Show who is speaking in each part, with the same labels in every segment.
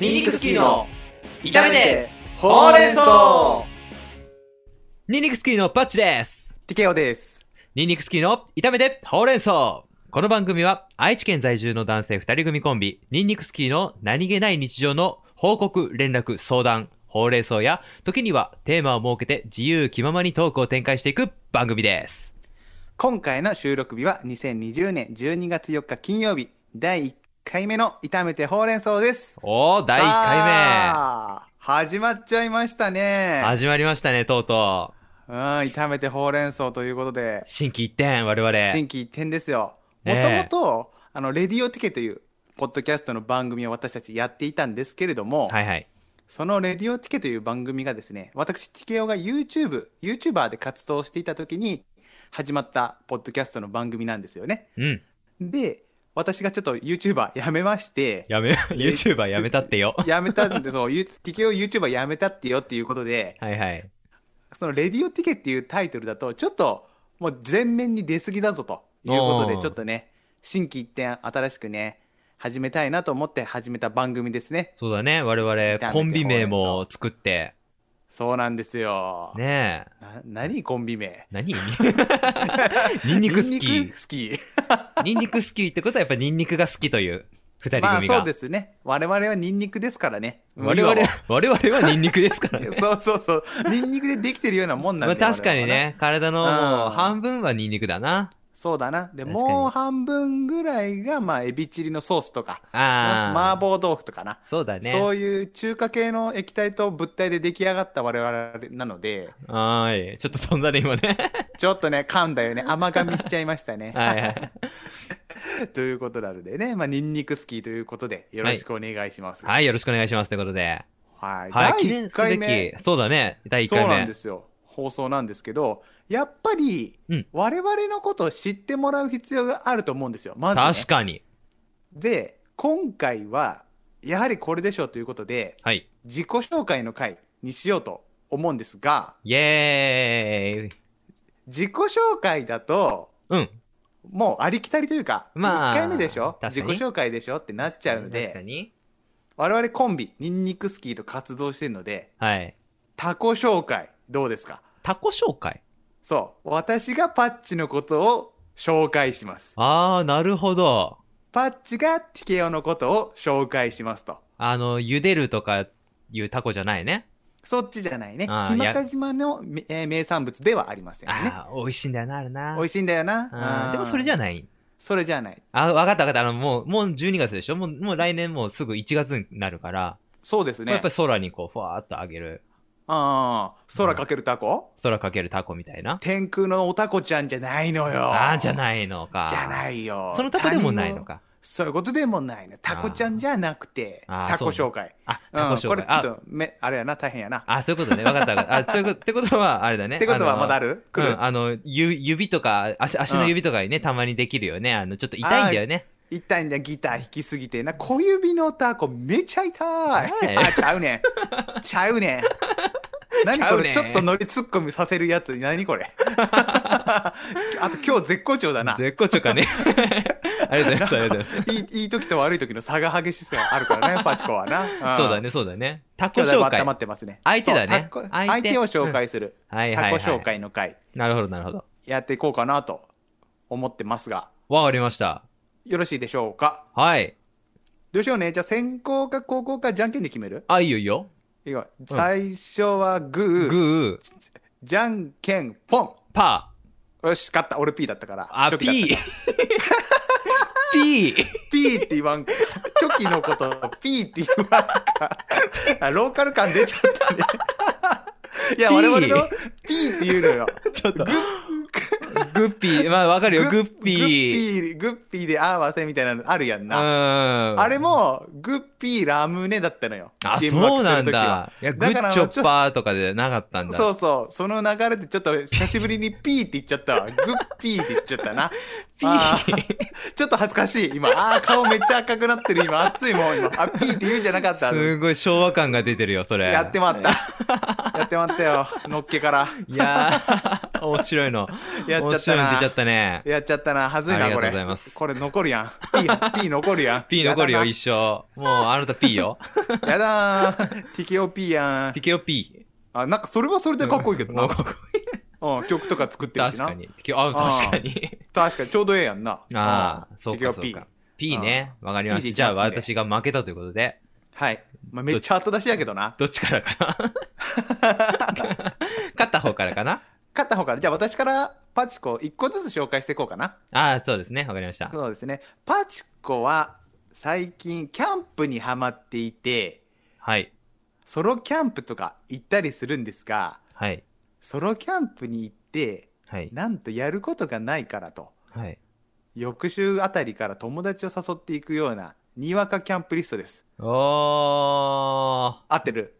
Speaker 1: ニンニクスキーの炒めてほうれん草
Speaker 2: ニンニクスキーのパッチです。
Speaker 1: ティケオです。
Speaker 2: ニンニクスキーの炒めてほうれん草この番組は愛知県在住の男性二人組コンビ、ニンニクスキーの何気ない日常の報告、連絡、相談、ほうれん草や、時にはテーマを設けて自由気ままにトークを展開していく番組です。
Speaker 1: 今回の収録日は2020年12月4日金曜日、第1回目の炒めてほうれん草です。
Speaker 2: おー、第1回
Speaker 1: さあ始まっちゃいましたね
Speaker 2: 目。。始まりましたね、とうとう。
Speaker 1: うん、炒めてほうれん草ということで、
Speaker 2: 新規一点、我々。
Speaker 1: 新規一点ですよ。もとも
Speaker 2: ね
Speaker 1: と、あの、レディオティケという、ポッドキャストの番組を私たちやっていたんですけれども、
Speaker 2: はいはい。
Speaker 1: そのレディオティケという番組がですね、私、ティケオが YouTube、YouTuber で活動していた時に始まったポッドキャストの番組なんですよね。
Speaker 2: うん。
Speaker 1: で、私がちょっと YouTuber やめまして、
Speaker 2: やめ、YouTuber やめたってよ。
Speaker 1: やめたんで、そう、ゆティケオ YouTuber やめたってよっていうことで、
Speaker 2: はいはい。
Speaker 1: そのレディオティケっていうタイトルだと、ちょっともう全面に出過ぎだぞということ
Speaker 2: お
Speaker 1: で、
Speaker 2: ー
Speaker 1: ちょっとね、新規一転新しくね、始めたいなと思って始めた番組ですね。
Speaker 2: そうだね、我々コンビ名も作って、
Speaker 1: そうなんですよ。
Speaker 2: ねえ。
Speaker 1: な何コンビ名
Speaker 2: 何 ニンニク好
Speaker 1: ニンニ
Speaker 2: き
Speaker 1: ク。スキー
Speaker 2: ニンニク好きってことはやっぱニンニクが好きという二人
Speaker 1: まあ
Speaker 2: 組が。
Speaker 1: そうですね。我々はニンニクですからね。
Speaker 2: 我々は、我々はニンニクです からね。
Speaker 1: 要は。そうそうそう。ニンニクでできてるようなもんなん
Speaker 2: ま
Speaker 1: で
Speaker 2: あ確かに。
Speaker 1: 我々はな
Speaker 2: ね、体のもう半分はニンニクだな。
Speaker 1: そうだな。
Speaker 2: 確か
Speaker 1: で、
Speaker 2: に
Speaker 1: もう半分ぐらいが、まあ、エビチリのソースとか、
Speaker 2: ああ。
Speaker 1: 麻婆豆腐とかな。
Speaker 2: そうだね。
Speaker 1: そういう中華系の液体と物体で出来上がった我々なので、
Speaker 2: はーい。ちょっと飛んだね、今ね。
Speaker 1: ちょっとね、噛んだ よね。甘噛みしちゃいましたね。
Speaker 2: はいはい。
Speaker 1: ということなのでね、まあ、ニンニクスキーということで、よろしくお願いします。
Speaker 2: はい、よろしくお願いします。ということで。
Speaker 1: はい。
Speaker 2: はい、
Speaker 1: 第1回目。
Speaker 2: き。そうだね、第1
Speaker 1: そう
Speaker 2: 回
Speaker 1: なんで
Speaker 2: 目。
Speaker 1: すよ放送なんですけどやっぱり
Speaker 2: うん
Speaker 1: 我々のことを知ってもらう必要があると思うんですよまず、ね、
Speaker 2: 確かに。
Speaker 1: で今回はやはりこれでしょうということで
Speaker 2: はい。
Speaker 1: 自己紹介の回にしようと思うんですが
Speaker 2: イェーイ。
Speaker 1: 自己紹介だと
Speaker 2: うん。
Speaker 1: もうありきたりというか、
Speaker 2: まあ
Speaker 1: 1回目でしょ
Speaker 2: 確
Speaker 1: 自
Speaker 2: か
Speaker 1: 己
Speaker 2: に
Speaker 1: 紹介でしょってなっちゃうの
Speaker 2: 確か
Speaker 1: で
Speaker 2: に。
Speaker 1: 我々コンビニンニクスキーと活動してるので
Speaker 2: はい。
Speaker 1: 他己紹介どうですか
Speaker 2: タコ紹介
Speaker 1: そう私がパッチのことを紹介します
Speaker 2: ああ、なるほど。
Speaker 1: パッチがティケオのことを紹介しますと。
Speaker 2: あの、茹でるとかいうタコじゃないね。
Speaker 1: そっちじゃないね。
Speaker 2: あー
Speaker 1: ひまか島のめ、えー名産物ではありませんね。
Speaker 2: ああ、美味しいんだよな、あれな。
Speaker 1: 美味しいんだよ
Speaker 2: あ
Speaker 1: な。
Speaker 2: ーでもそれじ
Speaker 1: ゃ、
Speaker 2: ゃない。
Speaker 1: それじゃない。
Speaker 2: あ、わかったわかった。あの、もう、もう12月でしょもう、もう来年もうすぐ1月になるから、
Speaker 1: そうですね。
Speaker 2: やっぱり空にこう、ふわーっと上げる、
Speaker 1: あー空かけるタコ、
Speaker 2: 空かけるタコみたいな。
Speaker 1: 天空のおタコちゃんじゃないのよ。
Speaker 2: ああ、じゃ
Speaker 1: い。
Speaker 2: ないのか。。
Speaker 1: じゃないいよ。
Speaker 2: そのタコでもないの
Speaker 1: 他人を。
Speaker 2: か。
Speaker 1: そういうことでもないの。タコちゃんじゃなくて、
Speaker 2: あー
Speaker 1: タコ紹介。
Speaker 2: あ、
Speaker 1: うん
Speaker 2: タコ紹介。
Speaker 1: これちょっ
Speaker 2: あ
Speaker 1: と、め、あれやな、大変やな。っ
Speaker 2: あ、そういうことね。わかったわかった。あ、そういうこと、ってことは、あれだね。
Speaker 1: てことはまだあ
Speaker 2: る
Speaker 1: る
Speaker 2: う
Speaker 1: 来る、
Speaker 2: ん、あの、ゆ、指とか、足、足の指とかにね、たまにできるよね。あの、ちょっと痛いんだよね。
Speaker 1: 痛いんだギター弾きすぎてな小指のタコめちゃ痛い、
Speaker 2: はい
Speaker 1: あちゃうねんちゃうねん何
Speaker 2: ちゃ
Speaker 1: こ
Speaker 2: うね
Speaker 1: れ
Speaker 2: ん
Speaker 1: ちょっとノリツッコミさせるやつ何 これあと今日絶好調だな
Speaker 2: 絶好調かね。 ありがとうございます。ありがとうございます。
Speaker 1: いいいい時と悪い時の差が激しさあるから ねパチコはな、ん
Speaker 2: そうだね、そうだね。タコ
Speaker 1: 今日だいぶ
Speaker 2: 紹
Speaker 1: 温
Speaker 2: 介。
Speaker 1: ま
Speaker 2: は
Speaker 1: ってますね
Speaker 2: 相手だね
Speaker 1: そうタコ相
Speaker 2: 相手
Speaker 1: 手を紹介する、
Speaker 2: いはい、はい。
Speaker 1: タコ紹介の回
Speaker 2: なるほど、なるほど。
Speaker 1: やっていこうかなと思ってますが
Speaker 2: わかりました。
Speaker 1: よろしいでしょうか
Speaker 2: はい。
Speaker 1: どうしようねじゃあ先行か後攻かじゃんけんで決める
Speaker 2: あ、いいよいいよ。
Speaker 1: いいよ最初はグー、
Speaker 2: グー、
Speaker 1: じゃんけんポ
Speaker 2: パ
Speaker 1: ンよし勝った俺 P だったから
Speaker 2: ー、
Speaker 1: チ
Speaker 2: あ、
Speaker 1: ョキだった
Speaker 2: ピー。 ピー。
Speaker 1: P って言わんかチョキのこと P って言わんかあローカル感出ちゃったね いや
Speaker 2: P
Speaker 1: 我々の P って言うのよ
Speaker 2: ちょっと。グッピー。まあ、わかるよ、グッピー。
Speaker 1: ーグッピーグッピーで合わせみたいなのあるやん
Speaker 2: う
Speaker 1: な、
Speaker 2: ん。
Speaker 1: あれもグッピーラムネだったのよ
Speaker 2: あ、
Speaker 1: チームワーク
Speaker 2: そう
Speaker 1: す
Speaker 2: な
Speaker 1: る
Speaker 2: ん
Speaker 1: 時
Speaker 2: だ。
Speaker 1: は
Speaker 2: いや、グ
Speaker 1: だから
Speaker 2: ッチョッパーとかじゃなかったんだ。
Speaker 1: そうそうその流れでちょっと久しぶりに P って言っちゃった わグッピーって言っちゃったな
Speaker 2: ピ
Speaker 1: あ
Speaker 2: ー。
Speaker 1: ーちょっと恥ずかしい今あー顔めっちゃ赤くなってる今熱いもん今あピーって言うんじゃなかった
Speaker 2: すごい昭和感が出てるよ、それ。
Speaker 1: やってまったやってまったよのっけから
Speaker 2: いやー、面白いの。
Speaker 1: やっちゃ
Speaker 2: 面
Speaker 1: った
Speaker 2: 白いの出ちゃ
Speaker 1: な
Speaker 2: っ。たね。
Speaker 1: やっちゃったな。はずい
Speaker 2: あ
Speaker 1: な、
Speaker 2: りが
Speaker 1: こと
Speaker 2: う
Speaker 1: れ
Speaker 2: ございます。
Speaker 1: これ残るやん。P、P 残るやん。
Speaker 2: P 残るよ、
Speaker 1: や
Speaker 2: 一生。もう、あなた P よ。
Speaker 1: だな。やだー TKOP やん。
Speaker 2: TKOP。
Speaker 1: あ、なんかそれはそれでかっこいいけどな。
Speaker 2: もう
Speaker 1: う
Speaker 2: かっこいい
Speaker 1: ん、曲とか作ってる
Speaker 2: 確
Speaker 1: しな。
Speaker 2: か
Speaker 1: 確かに。
Speaker 2: に。TKO あ、確かに。
Speaker 1: ちょうどええやんな。
Speaker 2: ああ、そうか、
Speaker 1: TKOP
Speaker 2: そうか。P ね。わかりま
Speaker 1: P で
Speaker 2: し
Speaker 1: い
Speaker 2: た。
Speaker 1: き
Speaker 2: じゃあ、
Speaker 1: ますんで
Speaker 2: 私が負けたということで、
Speaker 1: はい。まあ、めっちゃ後出しやけどな。
Speaker 2: どっちからか な勝った方からかな
Speaker 1: 勝った方から、じゃあ私からパチコ一個ずつ紹介していこうかな。
Speaker 2: ああ、そうですね。わかりました。
Speaker 1: そうですね。パチコは最近キャンプにハマっていて、
Speaker 2: はい。
Speaker 1: ソロキャンプとか行ったりするんですが、
Speaker 2: はい。
Speaker 1: ソロキャンプに行って、
Speaker 2: はい。
Speaker 1: なんとやることがないからと、
Speaker 2: はい。
Speaker 1: 翌週あたりから友達を誘っていくような、にわかキャンプリストです。
Speaker 2: おー。
Speaker 1: 合ってる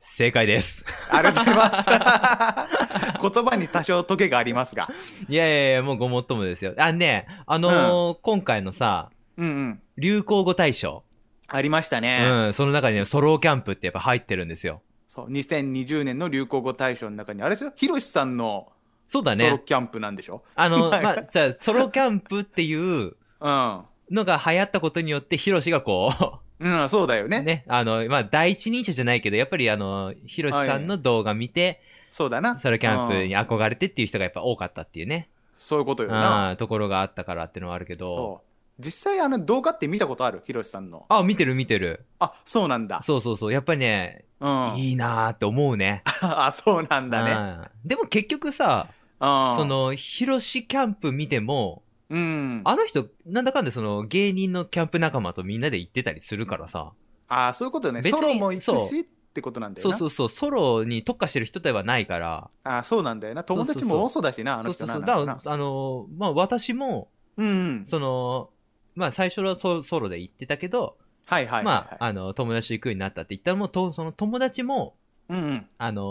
Speaker 2: 正解です。
Speaker 1: ありがとうございます。 言葉に多少トゲがありますが。
Speaker 2: いやいやいや、もうごもっともですよ。あ、ねあのー今回のさ、
Speaker 1: うんうん。
Speaker 2: 流行語大賞。
Speaker 1: ありましたね。
Speaker 2: うん、その中にね、ソロキャンプってやっぱ入ってるんですよ。
Speaker 1: そう、2020年の流行語大賞の中に、あれですよ、ひろしさんの
Speaker 2: そうだ
Speaker 1: ソロ
Speaker 2: ね。
Speaker 1: キャンプなんでしょ、
Speaker 2: あ の、まあ、じゃあソロキャンプっていうのが流行ったことによって、ヒロシがこ
Speaker 1: うん。うん、そうだよ
Speaker 2: う、
Speaker 1: ね。
Speaker 2: ね、あの、まあ、第一人者じゃないけど、やっぱりあの、ヒロシさんの動画見て、
Speaker 1: そうだな。
Speaker 2: ソロキャンプ
Speaker 1: うん
Speaker 2: に憧れてっていう人がやっぱ多かったっていうね、
Speaker 1: そういうことよな。
Speaker 2: うん、ところがあったからってのはあるけど、
Speaker 1: そう。実際、あの、動画って見たことあるひろしさんの。
Speaker 2: あ、見てる見てる。
Speaker 1: あ、そうなんだ。
Speaker 2: そうそうそう。やっぱりね、
Speaker 1: うん。
Speaker 2: いいなーって思うね。
Speaker 1: あ、そうなんだね。
Speaker 2: ね。でも結局さ、
Speaker 1: うん。
Speaker 2: そ、の、ヒロシキャンプ見ても、
Speaker 1: うん。
Speaker 2: あの人、なんだかんだその、芸人のキャンプ仲間とみんなで行ってたりするからさ、
Speaker 1: あ、そういうことね。
Speaker 2: 別に
Speaker 1: ソロも行く
Speaker 2: そう
Speaker 1: しってことなんだよ
Speaker 2: そう
Speaker 1: な。
Speaker 2: そうそう、ソロに特化してる人ではないから、
Speaker 1: あ、そうなんだよな。友達も多そうだしな、あ
Speaker 2: そ
Speaker 1: の
Speaker 2: うそ
Speaker 1: 人
Speaker 2: う
Speaker 1: な。
Speaker 2: そう、だ
Speaker 1: なん
Speaker 2: か
Speaker 1: から
Speaker 2: あのー、まあ私も、
Speaker 1: なうんうん。
Speaker 2: その、まあ最初はソソロで行ってたけど、
Speaker 1: はいはいはいはい。
Speaker 2: まあ、あの、友達と行くようになったって言ったらもうと、その友達も、
Speaker 1: うんうん。
Speaker 2: あの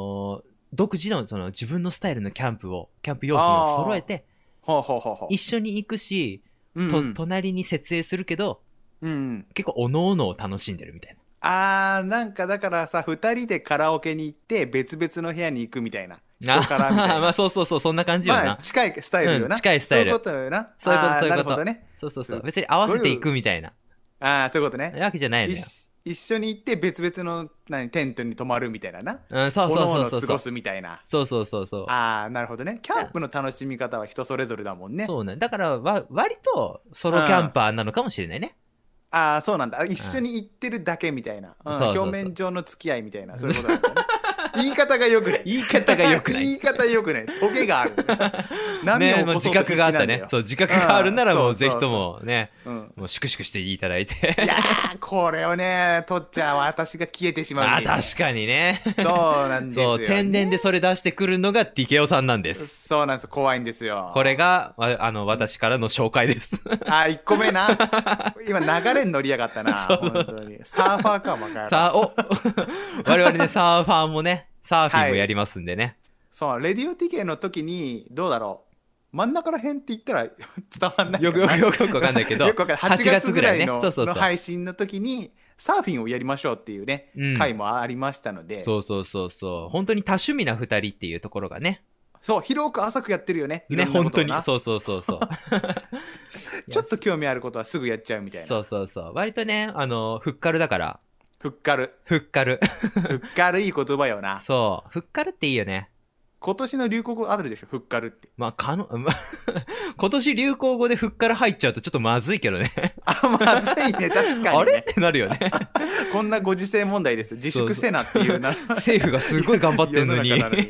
Speaker 2: ー、独自のその自分のスタイルのキャンプを、キャンプ用品を揃えて、
Speaker 1: ほうほうほうほう。
Speaker 2: 一緒に行くし、
Speaker 1: うんう
Speaker 2: と
Speaker 1: ん、
Speaker 2: 隣に設営するけど、
Speaker 1: うんうん。
Speaker 2: 結構、おのおのを楽しんでるみたいな。
Speaker 1: あー、なんかだからさ、二人でカラオケに行って、別々の部屋に行くみたいな。人からみたいな。
Speaker 2: まあ、そうそうそう、そんな感じよな。
Speaker 1: まあ、近いスタイルよな。
Speaker 2: うん近いスタイル
Speaker 1: そういうことよな。
Speaker 2: そういうこと
Speaker 1: あー
Speaker 2: そういうこと
Speaker 1: なるほどね。
Speaker 2: そうそうそう。
Speaker 1: す
Speaker 2: 別に合わせていくみたいな。
Speaker 1: あー、そういうことね。
Speaker 2: わけじゃないのよ。
Speaker 1: 一一緒に行って、別々の何テントに泊まるみたいなな。
Speaker 2: うん、そう
Speaker 1: おのお
Speaker 2: そう
Speaker 1: の
Speaker 2: そうそ
Speaker 1: 過ご
Speaker 2: う。
Speaker 1: すみたいな。
Speaker 2: そうそうそうそう。
Speaker 1: あー、なるほどね。キャンプの楽しみ方は人それぞれだもんね。
Speaker 2: そうね。だから、わ、割と、ソロキャンパーなのかもしれないね。
Speaker 1: あー、そうなんだ。あ一緒に行ってるだけみたいな。うん
Speaker 2: そうそうそう
Speaker 1: 表面上の付き合いみたいな。そういうことな んだよね。 言い方がよくない。
Speaker 2: 言い方が良くな
Speaker 1: 言
Speaker 2: い。
Speaker 1: い方良くない。トゲが ある。波
Speaker 2: ね、
Speaker 1: を
Speaker 2: もう
Speaker 1: 起
Speaker 2: 自
Speaker 1: こそうと必
Speaker 2: 覚
Speaker 1: 死
Speaker 2: があ
Speaker 1: な
Speaker 2: っ
Speaker 1: んだ
Speaker 2: た
Speaker 1: よ。
Speaker 2: ね。そう、自覚があるならも
Speaker 1: う
Speaker 2: う、
Speaker 1: んそう
Speaker 2: ぜひ
Speaker 1: そうそう
Speaker 2: ともね、
Speaker 1: うん。
Speaker 2: もう、粛々していただいて。
Speaker 1: いやー、これをね、取っちゃ私が消えてしま
Speaker 2: あ
Speaker 1: う
Speaker 2: あ、
Speaker 1: んで。
Speaker 2: 確かにね。
Speaker 1: そうなんです
Speaker 2: そ
Speaker 1: よ、
Speaker 2: う、天然でそれ出してくるのが TKO さんなんです。
Speaker 1: そうなんです。怖いんですよ。
Speaker 2: こ。れが、わあの、私からの紹介です。
Speaker 1: あ、1個 目な。今流れに乗りやがったな。本当に。サーファーかもわからん。
Speaker 2: さあ、お我々ね、サーファーもね、サーフィンもやりますんでね。
Speaker 1: そう、レディオ TK の時に、どうだろう。真ん中ら辺って言ったら 伝わんない
Speaker 2: よ
Speaker 1: か
Speaker 2: く
Speaker 1: な
Speaker 2: よくよくよくわかんないけど、
Speaker 1: よくわかんない8月ぐらいの
Speaker 2: そうそうそ
Speaker 1: の
Speaker 2: う。
Speaker 1: 配信の時に、サーフィンをやりましょうっていうね、
Speaker 2: うん
Speaker 1: 回もありましたので、
Speaker 2: そうそうそうそう。本当に多趣味な二人っていうところがね。
Speaker 1: そう、広く浅くやってるよね。い
Speaker 2: ね、
Speaker 1: ろんな
Speaker 2: 本
Speaker 1: こと
Speaker 2: 当
Speaker 1: を
Speaker 2: に
Speaker 1: な。
Speaker 2: そうそうそうそう。
Speaker 1: ちょっと興味あることはすぐやっちゃうみたい
Speaker 2: そ
Speaker 1: な。
Speaker 2: うそうそう。割とね、あの、ふっかるだから。
Speaker 1: ふっかる。
Speaker 2: ふっかる。
Speaker 1: ふっかるいい言葉よな。
Speaker 2: そう。ふっかるっていいよね。
Speaker 1: 今年の流行語あるでしょ、ふっかるって。
Speaker 2: まあ、かの、ま 今年流行語でふっから入っちゃうとちょっとまずいけどね。
Speaker 1: あ、まずいね、確か
Speaker 2: あれ
Speaker 1: に
Speaker 2: っ
Speaker 1: ね。
Speaker 2: てなるよ ね。
Speaker 1: こんなご時世問題ですよ。自
Speaker 2: そう
Speaker 1: 粛せなっていうな。
Speaker 2: 政府がすごい頑張ってんのに。
Speaker 1: 世中なのに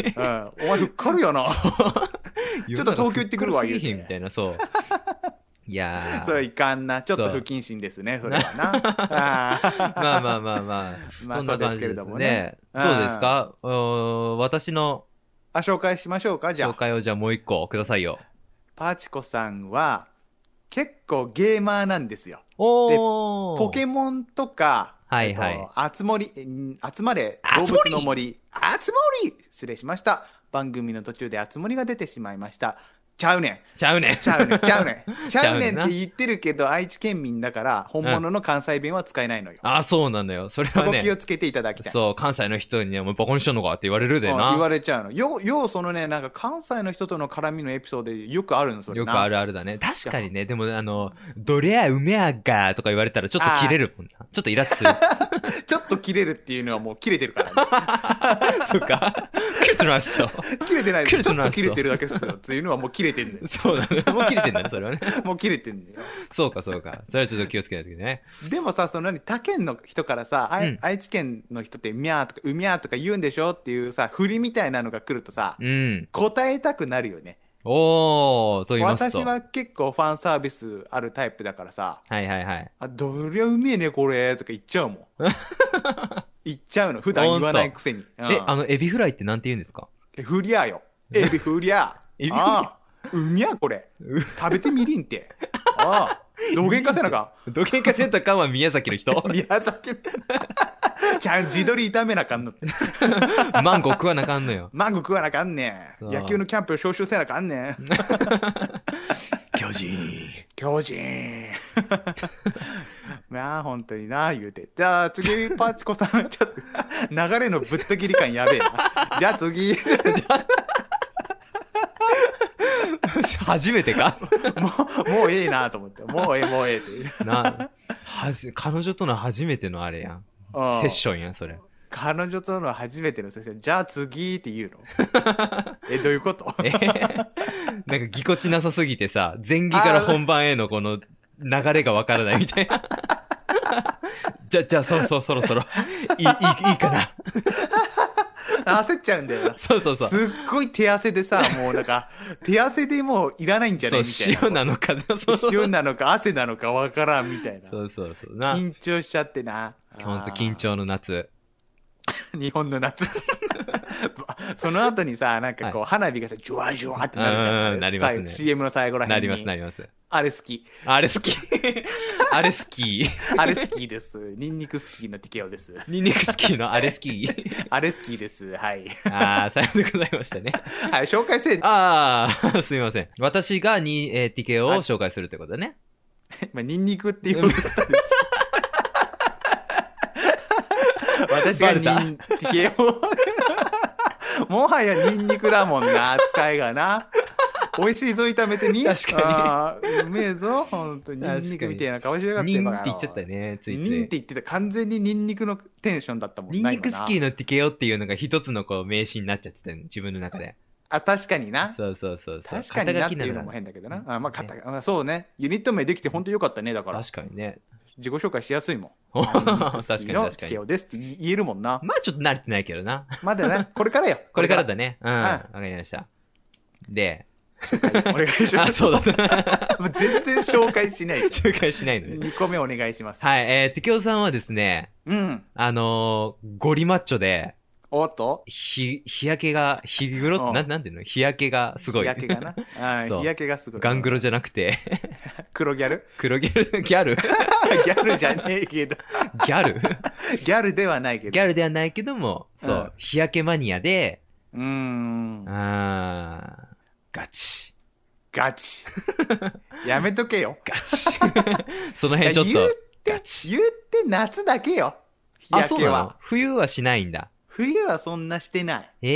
Speaker 1: うん。お前ふっかるよな。ちょっと東京行ってくるわ
Speaker 2: 言
Speaker 1: 言
Speaker 2: う
Speaker 1: う
Speaker 2: て。
Speaker 1: て
Speaker 2: みたいな、そう。いやー。
Speaker 1: それいかんな。ちょっと
Speaker 2: そう
Speaker 1: 不謹慎ですね、それ はな。あー
Speaker 2: まあまあまあまあ。
Speaker 1: まあ
Speaker 2: そんな感じ
Speaker 1: そうですけ
Speaker 2: で
Speaker 1: れ
Speaker 2: す
Speaker 1: ども
Speaker 2: ね
Speaker 1: ね。
Speaker 2: どうですかうーん私の
Speaker 1: あ、紹介しましょうか、じゃ
Speaker 2: 紹
Speaker 1: あ。
Speaker 2: 介をじゃあもう一個くださいよ。
Speaker 1: パチコさんは、結構ゲーマーなんですよ。
Speaker 2: おー。
Speaker 1: ポケモンとか、
Speaker 2: はいはい
Speaker 1: えっと、あつ森、ん集まれ、
Speaker 2: あ
Speaker 1: 動
Speaker 2: つ森
Speaker 1: 物の森、あつ森失礼しました。番組の途中であつ森が出てしまいました。ちゃうねん。
Speaker 2: ちゃうねん。
Speaker 1: ちゃう ねん。ちゃうねん。ちゃ
Speaker 2: ちゃ
Speaker 1: うね
Speaker 2: うねん
Speaker 1: ん
Speaker 2: な
Speaker 1: って言ってるけど、愛知県民だから、本物の関西弁は使えないのよ。
Speaker 2: あ、そうなのよ。それ
Speaker 1: そ
Speaker 2: は
Speaker 1: こ気
Speaker 2: ね
Speaker 1: を、つけていただきたい。
Speaker 2: そう、関西の人にね、お前バカにしとんのかって言われるで
Speaker 1: うん言わ
Speaker 2: な。
Speaker 1: れちゃうの。よ、ようそのね、なんか関西の人との絡みのエピソードでよくあるの、それな。
Speaker 2: よくあるあるだね。確かにね、でもあの、どれやうめやがとか言われたらちょっと切れるもんな。ちょっとイラッとする。
Speaker 1: ちょっと切れるっていうのはもう切れてるから、ね。
Speaker 2: そうか。切れてます よ。
Speaker 1: 切れてない。
Speaker 2: 切れ
Speaker 1: ちょっ
Speaker 2: てない
Speaker 1: と切れてるだけですよ。っていうのはもう切れてんだよ。
Speaker 2: そうだね。もう切れてんだね、そ れはね。
Speaker 1: もう切れてんだよ。
Speaker 2: そうか、そうか。それはちょっと気をつけないといけないね。
Speaker 1: でもさ、その何、他県の人からさ、あい
Speaker 2: うん
Speaker 1: 愛知県の人って、みゃーとか、うみゃーとか言うんでしょっていうさ、振りみたいなのが来るとさ、
Speaker 2: うん。
Speaker 1: 答えたくなるよね。
Speaker 2: おー、と言いますと。
Speaker 1: 私は結構ファンサービスあるタイプだからさ、
Speaker 2: はいはいはい。
Speaker 1: あ、どりゃうめえね、これ、とか言っちゃ うもん。言っちゃうの。普段言わないくせに。うん
Speaker 2: え、あの、エビフライってなんて言うんですか
Speaker 1: えフリアよ。エビフリア。あ
Speaker 2: エビフリア
Speaker 1: あ、うみやこれ
Speaker 2: う。
Speaker 1: 食べてみりんって。ああ、どげんかせな あか
Speaker 2: どげんかせんとかんは宮崎の人
Speaker 1: ん。宮崎。ちゃん自撮り炒めなあかんのって。
Speaker 2: マンゴー食わなあかんのよ。
Speaker 1: マンゴー食わなあかんね。
Speaker 2: そうん
Speaker 1: 野球のキャンプ招集せなあかんね ん。
Speaker 2: 巨人。
Speaker 1: 巨 人。まあ、本当にな、言うて。じゃあ、次、パチコさん、ちょっと、流れのぶった切り感やべ えな。じゃあ次、
Speaker 2: 初めてか
Speaker 1: もう、もうええなと思って。もうええ、もうええって。
Speaker 2: な、はじ、彼女との初めてのあれやん。
Speaker 1: うん
Speaker 2: セッションやん、それ。
Speaker 1: 彼女との初めてのセッション、じゃあ次っ て言うのえ、どういうこと
Speaker 2: えへへなんかぎこちなさすぎてさ、前期から本番へのこの流れがわからないみたい な。じゃ、じゃあそろそろそろそろ、いい、いいいいかな。
Speaker 1: 焦っちゃうんだよな。
Speaker 2: そうそうそう。
Speaker 1: すっごい手汗でさ、もうなんか、手汗でもういらないんじゃね
Speaker 2: そう
Speaker 1: みたいな。
Speaker 2: 塩なのかな。そうそう
Speaker 1: 塩なのか汗なのかわからんみたいな。
Speaker 2: そうそうそう。な、
Speaker 1: 緊張しちゃってな。
Speaker 2: ほんと緊張の夏。
Speaker 1: あー。日本の夏。 その後にさ、なんかこう、花火がさ、ジュワジュワってなるじ
Speaker 2: うんうんう
Speaker 1: ゃ
Speaker 2: ん
Speaker 1: ん。
Speaker 2: なりますね
Speaker 1: 最後 CM の最後らへんに。
Speaker 2: なります、なります。
Speaker 1: あれ好き。
Speaker 2: あれ好き。あれ好き。
Speaker 1: あれ好きです。 ニンニク好きの TKO です。
Speaker 2: ニンニク好きのあれ好き。
Speaker 1: あれ好きです。はい。
Speaker 2: ああ、さようでございましたね。
Speaker 1: はい、紹介せい。
Speaker 2: ああ、すみません。私がに、えー TKO を紹介するってことだね。
Speaker 1: まあ、ニンニクって言おうとしたでしょ。私が
Speaker 2: バレた
Speaker 1: ニン ニクを。もはやニンニクだもんな、扱いがな。美味しいぞ、炒めてみ。
Speaker 2: 確かに
Speaker 1: あーうめえぞ、ほんと。ニンニクみたいな顔しやがって。
Speaker 2: ニン
Speaker 1: バ
Speaker 2: って
Speaker 1: カ野郎
Speaker 2: 言っちゃった。ね、ついつ
Speaker 1: ニンって
Speaker 2: い。
Speaker 1: 言ってた。完全にニンニクのテンションだったもん
Speaker 2: ニンニクスキー
Speaker 1: ー。
Speaker 2: の TKO っていうのが一つのこう名詞になっちゃってたの、自分の中で。
Speaker 1: あ、確かにな。
Speaker 2: そうそうそうそう。
Speaker 1: 確かになっていうの
Speaker 2: 肩書
Speaker 1: も
Speaker 2: き
Speaker 1: 変だけど
Speaker 2: う。
Speaker 1: なんあまあ、肩あそうね。ユニット名できて本当よかったね、だか
Speaker 2: なの
Speaker 1: ら。
Speaker 2: 確かにね。
Speaker 1: 自己紹介しやすいもん。
Speaker 2: 確か
Speaker 1: 好
Speaker 2: に
Speaker 1: きの
Speaker 2: 確かに。
Speaker 1: TKO ですって言えるもんな。
Speaker 2: まあちょっと慣れてないけどな。
Speaker 1: まだ ね、これからよ。
Speaker 2: これからだね。うん。
Speaker 1: ん
Speaker 2: わかりました。で、
Speaker 1: お願いしま
Speaker 2: あ、
Speaker 1: す。
Speaker 2: そうだ。
Speaker 1: もう全然紹介しない。
Speaker 2: 紹介しないのね。
Speaker 1: 2個目お願いします。
Speaker 2: はい、えー、TKO さんはですね、
Speaker 1: うん。
Speaker 2: あのーゴリマッチョで、
Speaker 1: おっと
Speaker 2: ひ、日焼けが、日黒っ
Speaker 1: う
Speaker 2: て、
Speaker 1: ん
Speaker 2: なん、なんていうの日焼けがすごい。
Speaker 1: 日焼けがな。あ
Speaker 2: そう
Speaker 1: ー日焼けがすごい。
Speaker 2: ガングロじゃなくて、
Speaker 1: 黒ギャル
Speaker 2: 黒ギャル、ギャル
Speaker 1: ギャルじゃねえけど。
Speaker 2: ギャル
Speaker 1: ギャルではないけど。
Speaker 2: ギャ
Speaker 1: ル。、
Speaker 2: ルではないけども、そううん日焼けマニアで、
Speaker 1: うーん。
Speaker 2: あー、ガチ。
Speaker 1: ガ チ。やめとけよ。
Speaker 2: ガチ。 その
Speaker 1: いや
Speaker 2: 辺ちょっ
Speaker 1: 言っ
Speaker 2: と、ガチ。
Speaker 1: 言って夏だけよ。日
Speaker 2: あ、
Speaker 1: 焼
Speaker 2: そう
Speaker 1: け
Speaker 2: なの
Speaker 1: は。
Speaker 2: 冬はしないんだ。
Speaker 1: 冬はそんなしてない。
Speaker 2: え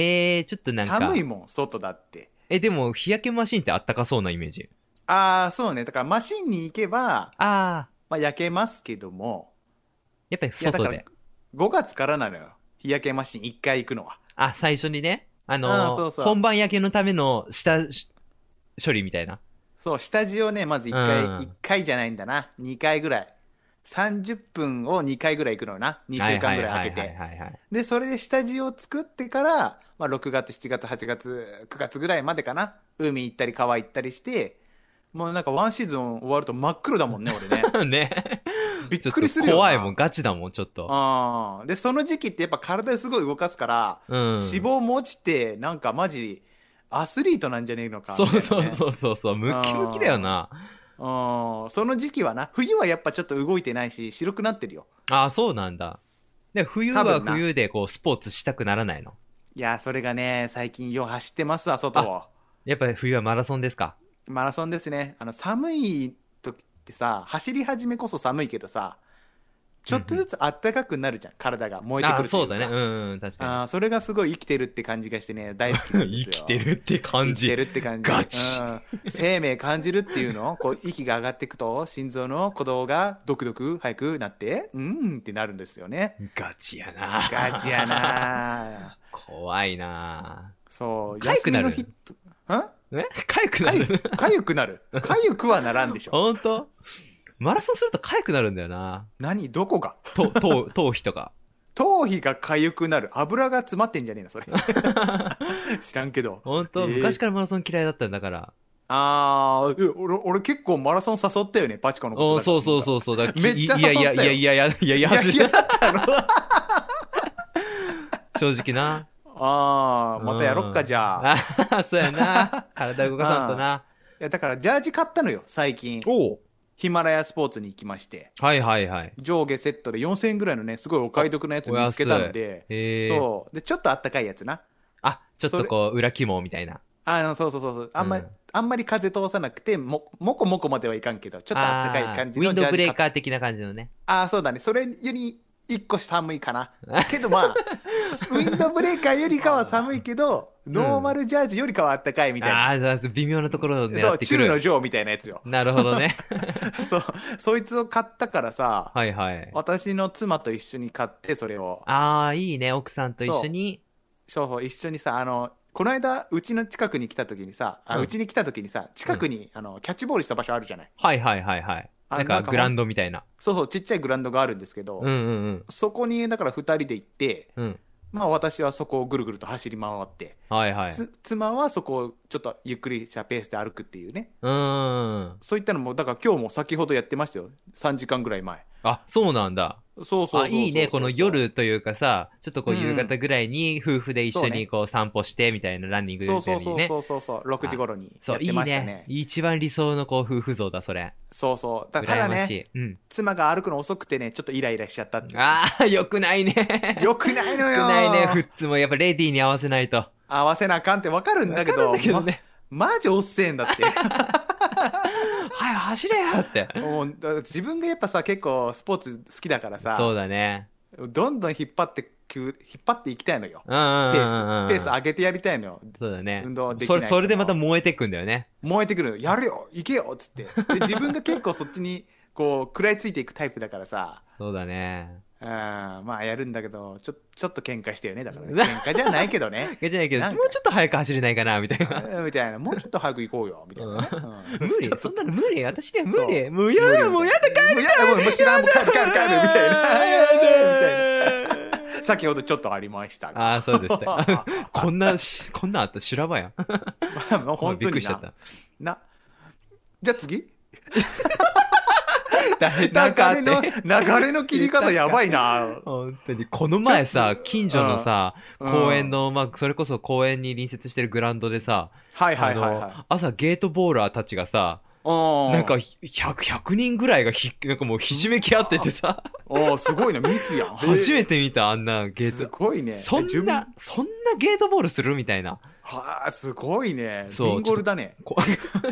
Speaker 2: ー、ちょっとなんか、
Speaker 1: 寒いもん、外だって。
Speaker 2: え、でも日焼けマシンってあったかそうなイメージ。
Speaker 1: ああ、そうね。だからマシンに行けば、
Speaker 2: あー、
Speaker 1: まあ、焼けますけども、
Speaker 2: やっぱり
Speaker 1: いやだ
Speaker 2: 外
Speaker 1: から
Speaker 2: で。
Speaker 1: 5月からなのよ日焼けマシン1回行くのは
Speaker 2: あ、最初にね、あのー
Speaker 1: あーそうそう
Speaker 2: 本番焼けのための下し処理みたいな。
Speaker 1: そう下地をねまず1回、
Speaker 2: うん
Speaker 1: 1回じゃないんだな2回ぐらい30分を2回ぐらい行くのよな2週間ぐらい空け
Speaker 2: はいはいは
Speaker 1: て
Speaker 2: いはいはい。
Speaker 1: でそれで下地を作ってから、まあ、6月7月8月9月ぐらいまでかな海行ったり川行ったりしてもうなんかワンシーズン終わると真っ黒だもんね俺 ね
Speaker 2: ね。
Speaker 1: びっ
Speaker 2: ちょっ
Speaker 1: くりする
Speaker 2: と
Speaker 1: よ
Speaker 2: 怖いもん、
Speaker 1: ん
Speaker 2: ガチだもん、ちょっと。
Speaker 1: あーでその時期ってやっぱ体すごい動かすから、
Speaker 2: うん。
Speaker 1: 脂肪も落ちてなんかマジアスリートなんじゃねえのかみた
Speaker 2: そ
Speaker 1: いうなね
Speaker 2: そうそうそうそう、ムッキムキだよな。
Speaker 1: うんその時期はな冬はやっぱちょっと動いてないし白くなってるよ
Speaker 2: ああ、そうなんだ。で、冬
Speaker 1: 多
Speaker 2: は
Speaker 1: 分な
Speaker 2: 冬でこう、スポーツしたくならないの。
Speaker 1: いやそれがね最近よう走ってますわ外を
Speaker 2: やっぱり冬はマラソンですか
Speaker 1: マラソンですね。あの、寒い時ってさ、走り始めこそ寒いけどさ、ちょっとずつ暖かくなるじゃん、体が。燃えて
Speaker 2: あ
Speaker 1: く
Speaker 2: あ、
Speaker 1: る
Speaker 2: そう
Speaker 1: というか。
Speaker 2: だね。うん、うん、確か
Speaker 1: あーそれがすごい生きてるって感じがしてね、大好きなんで
Speaker 2: に。生
Speaker 1: すよ。
Speaker 2: きてるって感
Speaker 1: 生きて
Speaker 2: じ。
Speaker 1: るって感じ。
Speaker 2: ガチ
Speaker 1: うん生命感じるっていうのこう、息が上がっていくと、心臓の鼓動がドクドク早くなって、うんってなるんですよね。
Speaker 2: ガチやな。
Speaker 1: ガチや。なぁ
Speaker 2: 怖いな。
Speaker 1: そう、
Speaker 2: 痒くなる
Speaker 1: 休みの日とん
Speaker 2: えかゆくな
Speaker 1: かゆ
Speaker 2: る。
Speaker 1: かゆくなる。かゆくはならんでし ょ。
Speaker 2: ほんとマラソンするとかゆくなるんだよな。
Speaker 1: 何どこが
Speaker 2: と、と、頭皮とか。
Speaker 1: 頭皮がかゆくなる。油が詰まってんじゃねえの、それ。 知らんけど。
Speaker 2: ほんと
Speaker 1: えー
Speaker 2: 昔からマラソン嫌いだったんだから。
Speaker 1: あー、え俺、俺結構マラソン誘ったよね、パチコのこと
Speaker 2: お
Speaker 1: だ
Speaker 2: ー
Speaker 1: から。
Speaker 2: そうそうそうそう。だ
Speaker 1: めっちゃ
Speaker 2: い
Speaker 1: 誘った
Speaker 2: や
Speaker 1: よ
Speaker 2: いやいやいやいやいやいや
Speaker 1: いや、
Speaker 2: 走
Speaker 1: い
Speaker 2: る
Speaker 1: やだったろ。
Speaker 2: 正直な。
Speaker 1: あー、またやろっか、じゃあ。い
Speaker 2: あ。 そうやな。体動かさんと な。
Speaker 1: や、だから、ジャージ買ったのよ、最近。
Speaker 2: おう
Speaker 1: ヒマラヤスポーツに行きまして。
Speaker 2: はいはいはい。
Speaker 1: 上下セットで4000円ぐらいのね、すごいお買い得なやつ見つけたので。
Speaker 2: へえ。
Speaker 1: そう。で、ちょっとあったかいやつな。
Speaker 2: あ、ちょっとこう、裏肝みたいな。
Speaker 1: あの、そうそうそうそう。あんまり、
Speaker 2: うん
Speaker 1: あんまり風通さなくて、も、もこもこまではいかんけど、ちょっとあったかい感じ
Speaker 2: あーウィ
Speaker 1: の
Speaker 2: ン
Speaker 1: ジャ
Speaker 2: ド
Speaker 1: ー
Speaker 2: ブ
Speaker 1: ジ
Speaker 2: レ
Speaker 1: 買
Speaker 2: ー
Speaker 1: っ
Speaker 2: カー的な感じのね。
Speaker 1: ああ、そうだね。それより一個寒い かな。けどまあ、ウィンドブレーカーよりかは寒いけど、
Speaker 2: ん
Speaker 1: ノーマルジャージよりかはあったかいみたいな。
Speaker 2: ああー、微妙なところを狙
Speaker 1: そ
Speaker 2: っ
Speaker 1: う、
Speaker 2: て
Speaker 1: チ
Speaker 2: く
Speaker 1: ルの
Speaker 2: る。
Speaker 1: ジョーみたいなやつよ。
Speaker 2: なるほどね。
Speaker 1: そう、そいつを買ったからさ、
Speaker 2: はい はい。
Speaker 1: 私の妻と一緒に買って、それを。
Speaker 2: ああ、いいね。奥さんと一緒に。
Speaker 1: そうそう、一緒にさ、あの、この間、うちの近くに来た時にさ、あ
Speaker 2: うん
Speaker 1: うち、に来た時にさ、近くに、あのキャッチボールした場所あるじゃない。
Speaker 2: はいはいはいはい。
Speaker 1: あ
Speaker 2: なん
Speaker 1: な
Speaker 2: か
Speaker 1: んか
Speaker 2: グラウンドみたいな。
Speaker 1: そうそう、ちっちゃいグラウンドがあるんですけど、
Speaker 2: うんうんうん。
Speaker 1: そこに、だから2人で行って、
Speaker 2: うん。
Speaker 1: まあ私はそこをぐるぐると走り回って、
Speaker 2: はいはい。う
Speaker 1: つ妻はそこをちょっとゆっくりしたペースで歩くっていうね
Speaker 2: ーん。
Speaker 1: そういったのもだから今日も先ほどやってましたよ3時間ぐらい前
Speaker 2: あ、そうなんだ。
Speaker 1: そうそ
Speaker 2: あ、
Speaker 1: うそうそう
Speaker 2: いいね。この夜というかさ、ちょっとこう
Speaker 1: うん
Speaker 2: 夕方ぐらいに夫婦で一緒にこう散歩してみたいなランニングみたい
Speaker 1: そう
Speaker 2: にね。
Speaker 1: そうそうそうそうそう6時頃に
Speaker 2: そ
Speaker 1: やっ
Speaker 2: う、い
Speaker 1: て
Speaker 2: い
Speaker 1: ましたね
Speaker 2: ね。一番理想のこう夫婦像だ、それ。
Speaker 1: そうそうたた
Speaker 2: 羨
Speaker 1: だ
Speaker 2: まし
Speaker 1: ね
Speaker 2: い。うん。
Speaker 1: 妻が歩くの遅くてねちょっとイライラしちゃったっていう
Speaker 2: ああ、よくないね。よ
Speaker 1: よくないの
Speaker 2: く
Speaker 1: よ
Speaker 2: ないね。フッツもやっぱレディーに合わせないと。
Speaker 1: 合わせなあかんってわかるんだけど
Speaker 2: わかるんだけどね。
Speaker 1: まマジおっせえんだって
Speaker 2: はい、走れよって。
Speaker 1: もうだ自分がやっぱさ結構スポーツ好きだから
Speaker 2: そう
Speaker 1: さ
Speaker 2: だね。
Speaker 1: どんどん引っ張ってく引っ張っていきたいのよ
Speaker 2: うんうんうん
Speaker 1: ペ
Speaker 2: うんう
Speaker 1: ー
Speaker 2: ん。
Speaker 1: スペース上げてやりたいのよ
Speaker 2: そうだね。
Speaker 1: 運動はできな
Speaker 2: そ
Speaker 1: い
Speaker 2: れ、それでまた燃えてくんだよね。
Speaker 1: 燃えてくるのやるよ行けよっつってで自分が結構そっちにこう食らいついていくタイプだからさ
Speaker 2: そうだね。
Speaker 1: うんまあやるんだけどちょちょっと喧嘩してよねだからね喧嘩じゃないけどね
Speaker 2: じゃないけど、
Speaker 1: なんか
Speaker 2: もうちょっと早く走れないかな、みたいな。
Speaker 1: うん みたいなもうちょっと早く行こうよみたいな、ねう
Speaker 2: 無
Speaker 1: ん
Speaker 2: 理
Speaker 1: ちょっ、と
Speaker 2: そんなの無理、私には無
Speaker 1: そう
Speaker 2: 理。もうやだ、もうやだ、
Speaker 1: 帰るもうやだもうもう知らんもう帰る帰る帰るみたいなやだみ
Speaker 2: みたい
Speaker 1: たいな先ほどちょっとありましたが
Speaker 2: ああ、そうで した。こんなし、こんなんあった、修羅場やん。
Speaker 1: まあもう本
Speaker 2: びっ
Speaker 1: 当
Speaker 2: くり
Speaker 1: に
Speaker 2: しちゃっ
Speaker 1: な
Speaker 2: た。
Speaker 1: なじゃあ次
Speaker 2: だ
Speaker 1: 流れの
Speaker 2: なんかあって
Speaker 1: 流れの切り方やばいな
Speaker 2: 本当に。この前さ、近所のさ、
Speaker 1: うん
Speaker 2: 公園の、まあ、それこそ公園に隣接してるグラウンドでさ、
Speaker 1: はいは
Speaker 2: あ
Speaker 1: いはいはい
Speaker 2: の、朝ゲートボーラーたちがさ、
Speaker 1: おー
Speaker 2: なんか、100、100人ぐらいがひ、なんかもうひじめき合っててさ、
Speaker 1: おーすごいな密や ん
Speaker 2: 初めて見た、あんなゲ
Speaker 1: す
Speaker 2: ート。
Speaker 1: ごいね
Speaker 2: そん
Speaker 1: 自分
Speaker 2: な、そんなゲートボールするみたいな。
Speaker 1: はあすごいね
Speaker 2: そう
Speaker 1: ミンゴルだね
Speaker 2: こ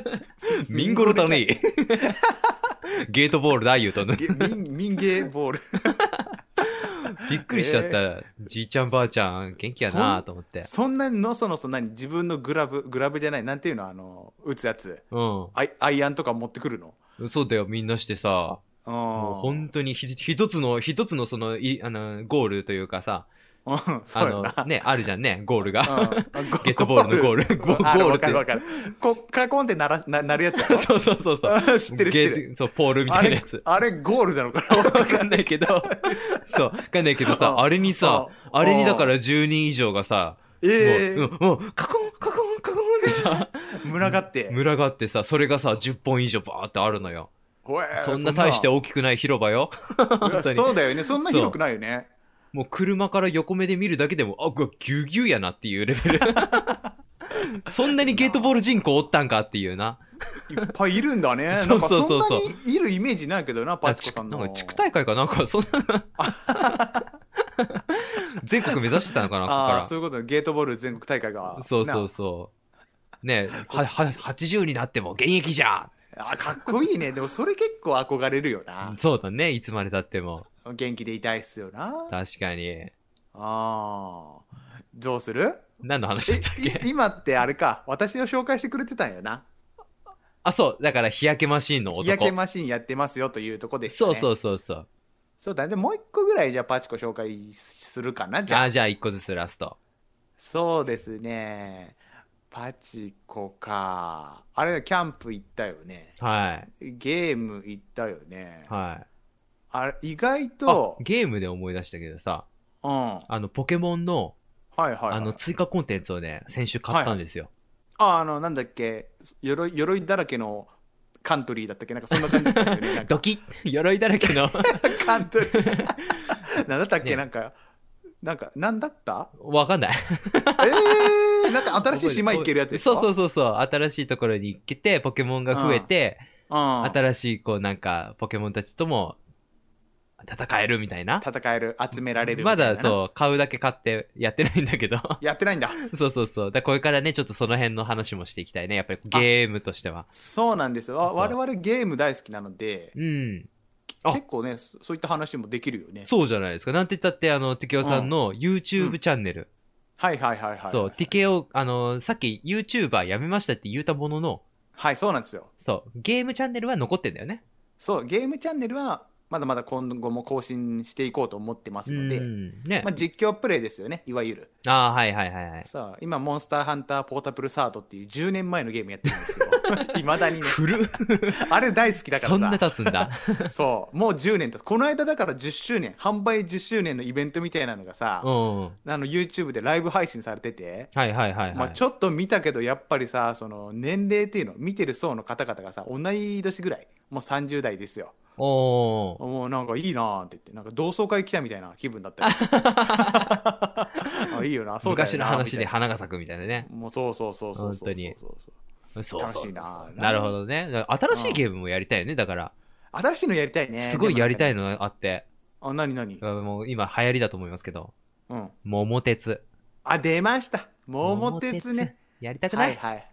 Speaker 2: ミンゴルだね。ゲートボールだ、言うとね。
Speaker 1: ゲミンミンゲーボール
Speaker 2: びっくりしちゃった。じいちゃんばあちゃん、元気やなと思って。
Speaker 1: そんなのそのそんなに自分のグラブグラブじゃないなんていうのあの打つやつ
Speaker 2: う
Speaker 1: アイアイアンとか持ってくるの
Speaker 2: ん。そうだよ、みんなしてさ。
Speaker 1: あ
Speaker 2: もう
Speaker 1: ー
Speaker 2: 本当にひ、一つの、一つのその、い、あの、ゴールというかさ、
Speaker 1: うん
Speaker 2: あ
Speaker 1: そうやな
Speaker 2: の、ね、あるじゃんね、ゴールが。
Speaker 1: うんゴ
Speaker 2: ゲットボールのゴールゴール
Speaker 1: あ
Speaker 2: ゴール
Speaker 1: わかるわかるこカコンってならななるやつや
Speaker 2: そうそうそう そう。
Speaker 1: ろ知ってる知ってる
Speaker 2: ゲーそう、ポールみた
Speaker 1: あ
Speaker 2: いな
Speaker 1: れ
Speaker 2: やつ。
Speaker 1: あれゴールなのかな
Speaker 2: わかんないけ ど、そう、わかんないけど
Speaker 1: う
Speaker 2: さ、
Speaker 1: ん
Speaker 2: あれにさ、
Speaker 1: うん
Speaker 2: あれにだから10人以上がさ、もう
Speaker 1: ええ
Speaker 2: うん、もう、カコン、カコン、カコンってさ、
Speaker 1: 群がって
Speaker 2: 群がってさ、それがさ、10本以上バーってあるのよ。
Speaker 1: ほえ
Speaker 2: そんな大して大きくない広場よ。本当に。
Speaker 1: そうだよねそんな広くないよね
Speaker 2: もう車から横目で見るだけでも、あ、うわぎゅうぎゅうやなっていうレベル。 そんなにゲートボール人口おったんかっていうな。
Speaker 1: いっぱいいるんだね。な
Speaker 2: そうん
Speaker 1: か
Speaker 2: そう
Speaker 1: そ
Speaker 2: そうん
Speaker 1: な
Speaker 2: そう
Speaker 1: にいるイメージないけどな、パチコさんの。
Speaker 2: なんか地区大会かなんか、そんな。 全国目指してたのかな、ここ
Speaker 1: ああ、
Speaker 2: か
Speaker 1: そういうことねゲートボール全国大会が
Speaker 2: ら。。そうそう
Speaker 1: な
Speaker 2: そね、は、は、80になっても現役じゃ
Speaker 1: あかっこいいねでもそれ結構憧れるよなん
Speaker 2: そうだね、いつまで経っても。
Speaker 1: 元気でいたいっすよな
Speaker 2: 確かに。
Speaker 1: あーどうする
Speaker 2: 何の話だったっけ
Speaker 1: えい今ってあれか私を紹介してくれてたんやな
Speaker 2: あ、そう、だから日焼けマシーンの男。
Speaker 1: 日焼けマシンやってますよというとこです
Speaker 2: そ
Speaker 1: ね
Speaker 2: うそうそうそう。
Speaker 1: そうだねでもう一個ぐらいじゃあパチコ紹介するかなじゃあ
Speaker 2: あ、じゃあ一個ずつラスト。
Speaker 1: そうですねパチコかあれキャンプ行ったよね
Speaker 2: はい。
Speaker 1: ゲーム行ったよね、
Speaker 2: はい。
Speaker 1: あれ意外
Speaker 2: あ
Speaker 1: と、
Speaker 2: ゲームで思い出したけどさ、
Speaker 1: うんはい
Speaker 2: あの、ポケモンの、
Speaker 1: はい、はい、
Speaker 2: あの、追加コンテンツをね、先週買ったんですよ。
Speaker 1: ああのなんだっけ鎧鎧だらけのカントリーだったっけなんかそんな感じだったよねなん か
Speaker 2: ドキッ鎧だらけ の
Speaker 1: カントリ ーなんだったっけ、
Speaker 2: ね
Speaker 1: なんかなんかなんだった
Speaker 2: わかんない。
Speaker 1: えー、なんか新しい島行けるやつです
Speaker 2: そ
Speaker 1: か、
Speaker 2: うそううそうそう。新しいところに行けて、ポケモンが増えて、
Speaker 1: うん、
Speaker 2: 新しい、こうなんか、ポケモンたちとも、戦えるみたいな。
Speaker 1: 戦える集められるみた
Speaker 2: ま
Speaker 1: いな
Speaker 2: だそう、買うだけ買ってやってないんだけど。
Speaker 1: やってないんだ
Speaker 2: そうそうそう。だからこれからね、ちょっとその辺の話もしていきたいね。やっぱりゲームとしては。
Speaker 1: そうなんですよあ
Speaker 2: そう
Speaker 1: 我々ゲーム大好きなので
Speaker 2: うん。あ
Speaker 1: 結構ねそそういった話もできるよね
Speaker 2: そうじゃないですか。なんて言ったって、あの、テケオさんの YouTube チャンネル。
Speaker 1: はいはいはいはい
Speaker 2: そう、テケオ、あの、さっき YouTuber やめましたって言ったものの、
Speaker 1: はいそうなんですよ
Speaker 2: そう、ゲームチャンネルは残ってんだよね。
Speaker 1: そうゲームチャンネルはまだまだ今後も更新していこうと思ってます
Speaker 2: う
Speaker 1: ので、
Speaker 2: ん。ね。
Speaker 1: まあ、実況プレイですよねいわゆる
Speaker 2: ああ、はいはいはいはい。
Speaker 1: さあ今モンスターハンターポータブルサードっていう10年前のゲームやってるんですけどい まだにね
Speaker 2: 古 っ
Speaker 1: あれ大好きだか
Speaker 2: そんな
Speaker 1: らさ
Speaker 2: 経つんだ。
Speaker 1: そうもう10年経つこの間だから10周年販売10周年のイベントみたいなのがさ、
Speaker 2: うん。は
Speaker 1: あの YouTube でライブ配信されてて、
Speaker 2: いはいはいはい。
Speaker 1: まあ、ちょっと見たけどやっぱりさその年齢っていうの見てる層の方々がさ同い年ぐらいもう30代ですよ
Speaker 2: おー。
Speaker 1: もうなんかいいなーって言ってなんか同窓会来たみたいな気分だ ったり あいいよなそうだよな
Speaker 2: 昔の話で
Speaker 1: みたい
Speaker 2: 花が咲くみたいなね
Speaker 1: な。もうそうそうそうそうそう
Speaker 2: 本当に
Speaker 1: そうそうそう
Speaker 2: そうそう
Speaker 1: 楽しいな
Speaker 2: なるほどね。新しいゲームもやりたいよね、だから。
Speaker 1: 新しいのやりたいね
Speaker 2: すごいやりたい
Speaker 1: の
Speaker 2: のあって。
Speaker 1: あ何何
Speaker 2: あもう今流行りだと思いますけど。
Speaker 1: うん
Speaker 2: 桃鉄。
Speaker 1: あ出ました桃鉄ね。
Speaker 2: やりたくな、
Speaker 1: はいいはい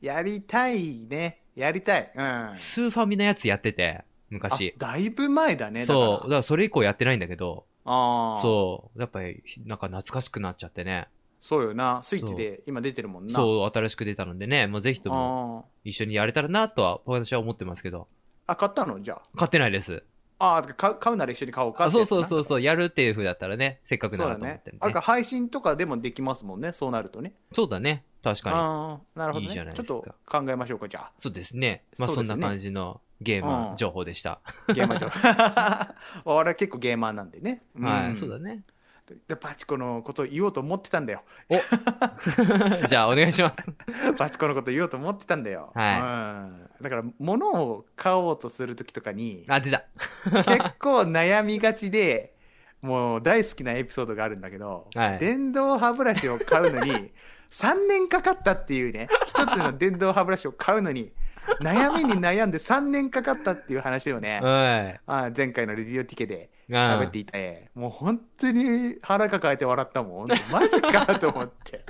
Speaker 1: やりたいねやりたいうん
Speaker 2: スーファミのやつやってて、
Speaker 1: あ
Speaker 2: 昔。
Speaker 1: だいぶ前だね
Speaker 2: そう。だ
Speaker 1: だ
Speaker 2: か
Speaker 1: から
Speaker 2: らそれ以降やってないんだけど、
Speaker 1: あー
Speaker 2: そう。やっぱり、なんか懐かしくなっちゃってね。
Speaker 1: そうよなスイッチで今出てるもんなう
Speaker 2: そう、新しく出たのでね、もうぜひとも一緒にやれたらなとは、私は思ってますけど。
Speaker 1: あ買ったのじゃ
Speaker 2: 買ってないです。
Speaker 1: ああー買う買うなら一緒に買おうか
Speaker 2: あ
Speaker 1: って
Speaker 2: そう
Speaker 1: やつな
Speaker 2: そうそうそう、やるっていう風だったらね、せっかく
Speaker 1: そ
Speaker 2: な
Speaker 1: う
Speaker 2: ら
Speaker 1: だ
Speaker 2: と思っ
Speaker 1: ね
Speaker 2: てるね。
Speaker 1: あなんか配信とかでもできますもんねそうなるとね
Speaker 2: そうだね。確か
Speaker 1: ああなるほど
Speaker 2: いいじゃな
Speaker 1: ね
Speaker 2: い
Speaker 1: ち
Speaker 2: で
Speaker 1: ょっ
Speaker 2: すか
Speaker 1: と考えましょうかじゃ
Speaker 2: に。そうですね。まあ
Speaker 1: そう
Speaker 2: そ
Speaker 1: で
Speaker 2: ん
Speaker 1: すね
Speaker 2: な感じのゲーマ
Speaker 1: う
Speaker 2: ー
Speaker 1: ん
Speaker 2: 情報でした。
Speaker 1: あゲーマーちょ 我々結構ゲーマーなんでね
Speaker 2: はい、
Speaker 1: ん
Speaker 2: そうだね。
Speaker 1: でパチコのことを言おうと思ってたん だよ
Speaker 2: じゃあお願いします。
Speaker 1: パチコのこと言おうと思ってたんだよ、うんだから物を買おうとする時とか に
Speaker 2: あ、出た。
Speaker 1: 結構悩みがちでもう大好きなエピソードがあるんだけど、
Speaker 2: はい
Speaker 1: 電動歯ブラシを買うのに 3年かかったっていうね一つの電動歯ブラシを買うのに悩みに悩んで3年かかったっていう話をね、
Speaker 2: はい。
Speaker 1: あ前回のレディオティケで
Speaker 2: うん
Speaker 1: 喋っていて、もう本当に腹抱えて笑ったもんマジかと 思って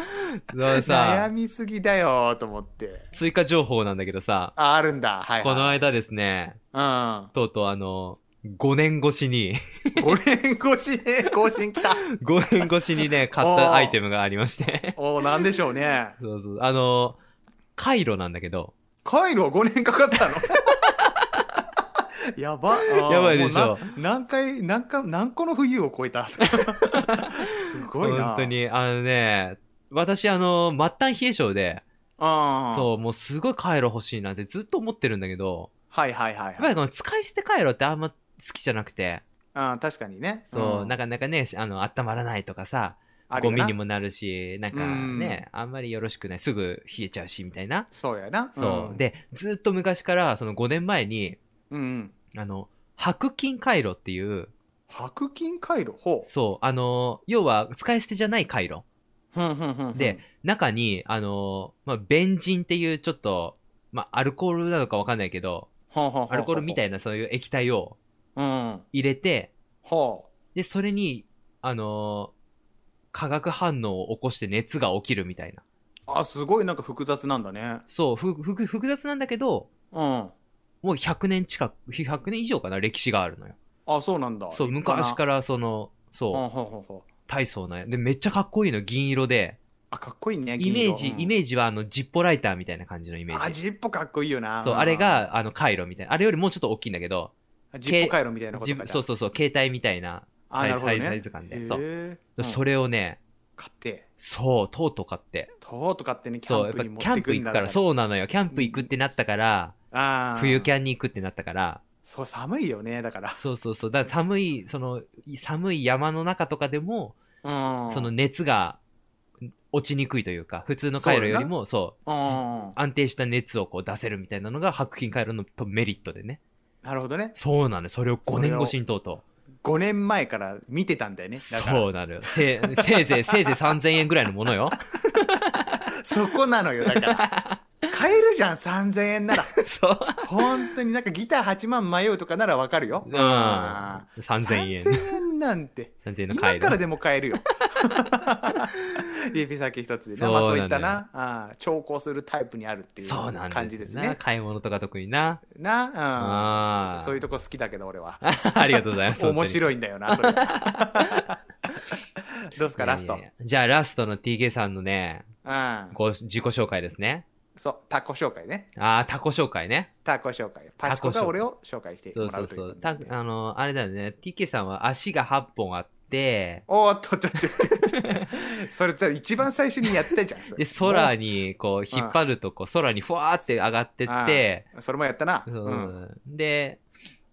Speaker 2: その
Speaker 1: 悩
Speaker 2: さ、
Speaker 1: みすぎだよと思って
Speaker 2: 追加情報なんだけどさ、
Speaker 1: ああるんだはい、
Speaker 2: この
Speaker 1: はい、
Speaker 2: 間ですね、
Speaker 1: うん
Speaker 2: とうとうあの、5年越しに、
Speaker 1: 5年越しで更新来た
Speaker 2: 5年越しに ね、買ったアイテムがありまして。
Speaker 1: おーなんでしょうね
Speaker 2: そうそう。あの、カイロなんだけど、
Speaker 1: カイロ5年かかったの やばあー
Speaker 2: やばいでしょ
Speaker 1: もうな何回何回何個の冬を超えた すごいな
Speaker 2: 本当に、あのね、私あの、末端冷え性で、
Speaker 1: あう
Speaker 2: そう、もうすごいカイロ欲しいなんてずっと思ってるんだけど、
Speaker 1: はいはいはい
Speaker 2: やっぱ
Speaker 1: は
Speaker 2: り
Speaker 1: い
Speaker 2: この使い捨てカイロってあんま好きじゃなくて、
Speaker 1: あー確かにね
Speaker 2: そう、な
Speaker 1: か
Speaker 2: かなかね、あの、温まらないとかさ、ゴミにもなるし、なんかね、あんまりよろしくない。すぐ冷えちゃうし、みたいな。
Speaker 1: そうやな
Speaker 2: そう。
Speaker 1: ん、
Speaker 2: で、ずっと昔から、その5年前に、
Speaker 1: うんうん、
Speaker 2: あの、白金回路っていう、
Speaker 1: 白金カイロほ
Speaker 2: そう、あの、要は使い捨てじゃない回路。
Speaker 1: うふんふんふんふん
Speaker 2: で、中に、あの、まあ、ベンジンっていうちょっと、まあ、アルコールなのかわかんないけど、
Speaker 1: ほうほうほうほう
Speaker 2: アルコールみたいなそういう液体を
Speaker 1: うん
Speaker 2: 入れて、
Speaker 1: ほ
Speaker 2: で、それに、あの、化学反応を起こして熱が起きるみたいな。
Speaker 1: うあ、すごいなんか複雑なんだね。
Speaker 2: そう、ふ、ふく、複雑なんだけど、
Speaker 1: うん。
Speaker 2: もう100年近く、100年以上かな、歴史があるのよ。
Speaker 1: あ、そうなんだ。
Speaker 2: そう、昔
Speaker 1: ら。
Speaker 2: からその、
Speaker 1: うん、
Speaker 2: そう、
Speaker 1: ほうほうほう
Speaker 2: 大層な、で、めっちゃかっこいいの、銀色で、
Speaker 1: あ、かっこいいね、
Speaker 2: イメージ、イメ
Speaker 1: ー
Speaker 2: ージはあの、ジッポライターみたいな感じのイメ
Speaker 1: あ、
Speaker 2: ージ。
Speaker 1: ジッポかっこいいよな。
Speaker 2: そう、
Speaker 1: ん
Speaker 2: あれ、が、あの、回路みたいな。あれよりもうちょっと大きいんだけど、
Speaker 1: ジッポ回路みたいなこと
Speaker 2: じ
Speaker 1: か
Speaker 2: そうそうそう、携帯みたいな、
Speaker 1: あ、
Speaker 2: サイ
Speaker 1: なるほどね。
Speaker 2: サイサイズ感でそう
Speaker 1: へー
Speaker 2: そ
Speaker 1: れ、
Speaker 2: れをね、
Speaker 1: 買って、
Speaker 2: そう、とうとう買って。
Speaker 1: とうとかってね、キ
Speaker 2: そう、
Speaker 1: ャ
Speaker 2: や
Speaker 1: ン
Speaker 2: っぱ
Speaker 1: プ
Speaker 2: キ
Speaker 1: に持っ
Speaker 2: ャ
Speaker 1: て
Speaker 2: ンプ
Speaker 1: く
Speaker 2: 行
Speaker 1: ん
Speaker 2: く
Speaker 1: だ
Speaker 2: から、そうなのよ。キャンプ行くってなったから、
Speaker 1: あー
Speaker 2: 冬キャンに行くってなったから、
Speaker 1: そう、寒いよね、だから。
Speaker 2: そうそうそう。だから寒い、その、寒い山の中とかでも、
Speaker 1: うん。
Speaker 2: その、熱が落ちにくいというか、普通の回路よりも、そう、
Speaker 1: うん。
Speaker 2: 安定した熱をこう出せるみたいなのが白金回路のとメリットでね。
Speaker 1: なるほどね。
Speaker 2: そうなのよ。それを5年越しにとうと
Speaker 1: 5年前から見てたんだよ
Speaker 2: う。
Speaker 1: ね。だから
Speaker 2: そうなのよ。せ、せいぜい、せいぜい3000円ぐらいのも のよ。
Speaker 1: そこなのよ、だから。 買えるじゃん、3000円なら。
Speaker 2: そう。
Speaker 1: 本当になんかギター8万迷うとかならわかるよ。
Speaker 2: うん。
Speaker 1: あー
Speaker 2: 3000円。
Speaker 1: 3000円なんて。
Speaker 2: 3000円の回路
Speaker 1: 今から。でも買える よ。指先一つでな、
Speaker 2: そう
Speaker 1: ま
Speaker 2: な
Speaker 1: あ
Speaker 2: のよ
Speaker 1: そういったな、あー調校するタイプにあるっていう
Speaker 2: そうなん
Speaker 1: 感じです
Speaker 2: よな
Speaker 1: ね。
Speaker 2: 買い物とか特にな。
Speaker 1: な
Speaker 2: あ
Speaker 1: う
Speaker 2: ー
Speaker 1: んそう、そういうとこ好きだけど俺は。
Speaker 2: ありがとうございます。
Speaker 1: 面
Speaker 2: い
Speaker 1: 白いんだよな、それ。どうですか、ラスト。。
Speaker 2: じゃあラストの TK さんのね、
Speaker 1: うん。
Speaker 2: ご自己紹介ですね。
Speaker 1: そう、タコ紹介ね。
Speaker 2: ああ、タコ紹介ね。
Speaker 1: タコ紹介。パチコが俺を紹介して
Speaker 2: そ
Speaker 1: も
Speaker 2: う
Speaker 1: ら
Speaker 2: そうう
Speaker 1: とい
Speaker 2: そうう。
Speaker 1: こと
Speaker 2: た
Speaker 1: で。
Speaker 2: あの、あれだよね。TK さんは足が8本あって、
Speaker 1: おーっと、ちょちょちょちょ。それじゃ一番最初にやったじゃん。それ
Speaker 2: で、空にこう引っ張るとこう空にふわーって上がってって、
Speaker 1: もうそれもやったな。
Speaker 2: う
Speaker 1: うん。
Speaker 2: んで、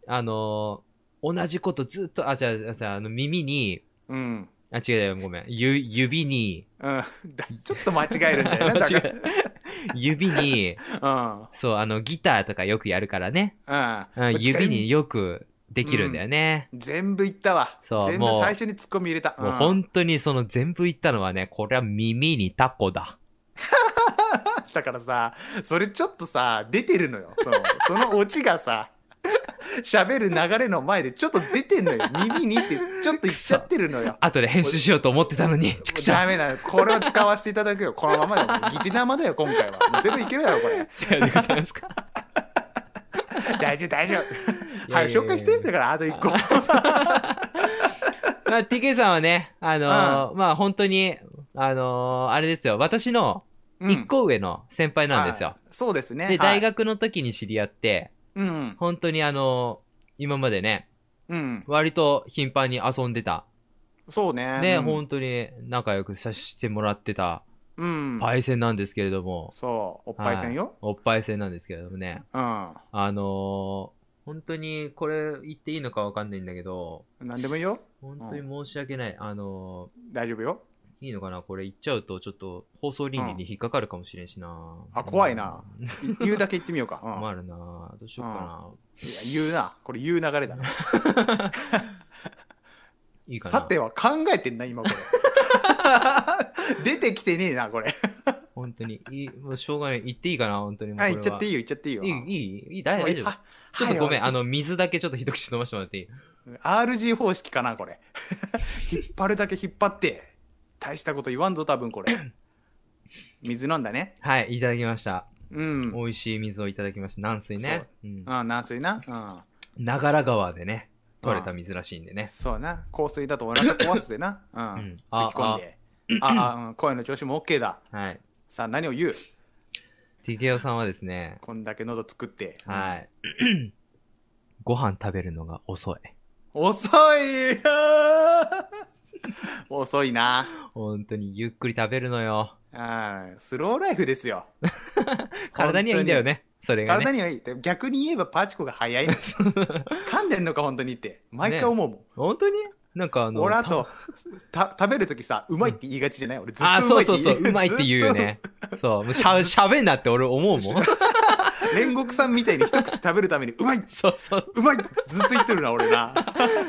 Speaker 2: あのー同じことずっと、あ、じゃあじゃあじゃあ、あの耳に、
Speaker 1: うん。
Speaker 2: あ、違う違う、ごめん。ゆ、指に、
Speaker 1: うん、 だちょっと間違えるんだよね。
Speaker 2: 間
Speaker 1: だ
Speaker 2: 違
Speaker 1: か
Speaker 2: え指に、
Speaker 1: ら
Speaker 2: そう、あの、ギターとかよくやるからね。
Speaker 1: う
Speaker 2: う
Speaker 1: ん。
Speaker 2: ん
Speaker 1: うん。
Speaker 2: 指によくできるんだよね。
Speaker 1: 全全部いったわ。
Speaker 2: そう
Speaker 1: 全部
Speaker 2: もう
Speaker 1: 最初にツッコミ入れた。
Speaker 2: もう
Speaker 1: うん
Speaker 2: 本当にその全部言ったのはね、これは耳にタコだ。
Speaker 1: だからさ、それちょっとさ、出てるのよ。その、 そのオチがさ、 喋る流れの前でちょっと出てんのよ。 耳にって、ちょっと言っちゃってるのよ。
Speaker 2: 後で編集しようと思ってたのに、ちくしょ
Speaker 1: ダメなの。これは使わせていただくよ。このままだよ。疑似生だよ、今回は。もう全部いけるだろ、これ。
Speaker 2: う。さようでございます か。
Speaker 1: 大丈夫、大丈
Speaker 2: いや
Speaker 1: 夫。
Speaker 2: や
Speaker 1: はいい、
Speaker 2: いや
Speaker 1: 紹介してんだから、あと一個。
Speaker 2: まあ、TK さんはね、あのーまあ本当に、あのーあれですよ、私の
Speaker 1: うん
Speaker 2: 一個上の先輩なんですよ
Speaker 1: は。いそうですね。
Speaker 2: で、
Speaker 1: は
Speaker 2: 大
Speaker 1: い。
Speaker 2: 学の時に知り合って、
Speaker 1: うん。
Speaker 2: 本当にあのー今までね、
Speaker 1: うん。
Speaker 2: 割と頻繁に遊んでた。
Speaker 1: そうね。
Speaker 2: ね、
Speaker 1: うん
Speaker 2: 本当に仲良くさせてもらってた、
Speaker 1: うん。
Speaker 2: パイセンなんですけれども、
Speaker 1: そう、おっぱいせんよ。
Speaker 2: おっぱい戦なんですけれどもね、あのー本当にこれ言っていいのかわかんないんだけど、
Speaker 1: うん。なんでもいいよ。
Speaker 2: 本当に申し訳ない、あの
Speaker 1: 大丈夫よ。
Speaker 2: ーいいのかなこれ言っちゃうと、ちょっと放送倫理に引っかかるかもしれんしな、
Speaker 1: あ怖 いな
Speaker 2: うん。
Speaker 1: い言うだけ言ってみようか。うん
Speaker 2: 困るなどうしようか
Speaker 1: いや言うな。これ言う流れだな。
Speaker 2: な。いいかな
Speaker 1: さては考えてん な、今これ。出てきてねえな、これ。
Speaker 2: 本当に。いいもうしょうがない。言っていいかな本当に。
Speaker 1: はい、言っちゃってい
Speaker 2: い
Speaker 1: いよ、言っちゃっていいよ。
Speaker 2: いいいいいい大丈夫。
Speaker 1: あ
Speaker 2: ちょっとごめん、
Speaker 1: はい
Speaker 2: あの、水だけちょっと一口飲ませてもらっていい
Speaker 1: RG 方式かな、これ。 引っ張るだけ引っ張って。大したこと言わんぞ、多分これ。水飲んだね。
Speaker 2: はい、いただきました。
Speaker 1: うん。
Speaker 2: 美味しい水をいただきました。軟水ね。うん
Speaker 1: うん、軟水な。
Speaker 2: 長良川でね、取れた水らしいんで
Speaker 1: うん。
Speaker 2: ね。
Speaker 1: そうな。香水だとお腹壊すでな。うん
Speaker 2: うん。
Speaker 1: 咳き込んで。あ、あうん、声の調子も OK だ。
Speaker 2: はい。
Speaker 1: さあ、何を言う
Speaker 2: TKO さんはですね、
Speaker 1: こんだけ喉作って。
Speaker 2: はい。 ご飯食べるのが遅い。
Speaker 1: 遅い遅いな。
Speaker 2: 本当にゆっくり食べるのよ。
Speaker 1: うんスローライフですよ。
Speaker 2: 体にはいいんだよね。それ
Speaker 1: 本
Speaker 2: が
Speaker 1: 当に。体
Speaker 2: ね。
Speaker 1: にはいい。逆に言えばパチコが早いの。噛んでんのか、本当にって。毎回思うもん。
Speaker 2: 本当になんかあの、
Speaker 1: 俺あと、た食べるときさ、うまいって言いがちじゃない俺ずっ
Speaker 2: あ、
Speaker 1: とう
Speaker 2: そ
Speaker 1: ま
Speaker 2: う
Speaker 1: いって
Speaker 2: そう
Speaker 1: 言う。
Speaker 2: そう、うまいって言うよね。そう、もうしゃ、しゃべんなって俺思うもん。
Speaker 1: ずっと。煉獄さんみたいに一口食べるために、うまい
Speaker 2: そうそう。
Speaker 1: うまいずっと言ってるな、俺な。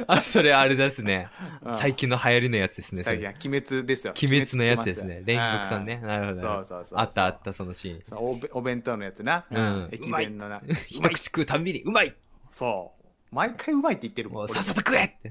Speaker 2: あ、それあれですね。
Speaker 1: うん
Speaker 2: 最近の流行りのやつですね。それ
Speaker 1: 最近は鬼滅ですよ。
Speaker 2: 鬼滅のやつですね。煉獄
Speaker 1: 鬼滅って
Speaker 2: さ
Speaker 1: ます
Speaker 2: んね。。なるほ
Speaker 1: うん
Speaker 2: ど
Speaker 1: そ
Speaker 2: ね
Speaker 1: う。そうそう。
Speaker 2: あったあった、そのシーン。
Speaker 1: そうおべお弁当のやつな、
Speaker 2: うん
Speaker 1: 駅弁のな
Speaker 2: 一口食うたんびに、うまい
Speaker 1: そう毎回うまいって言ってる
Speaker 2: も
Speaker 1: もん
Speaker 2: う
Speaker 1: 俺
Speaker 2: さっさと食えって。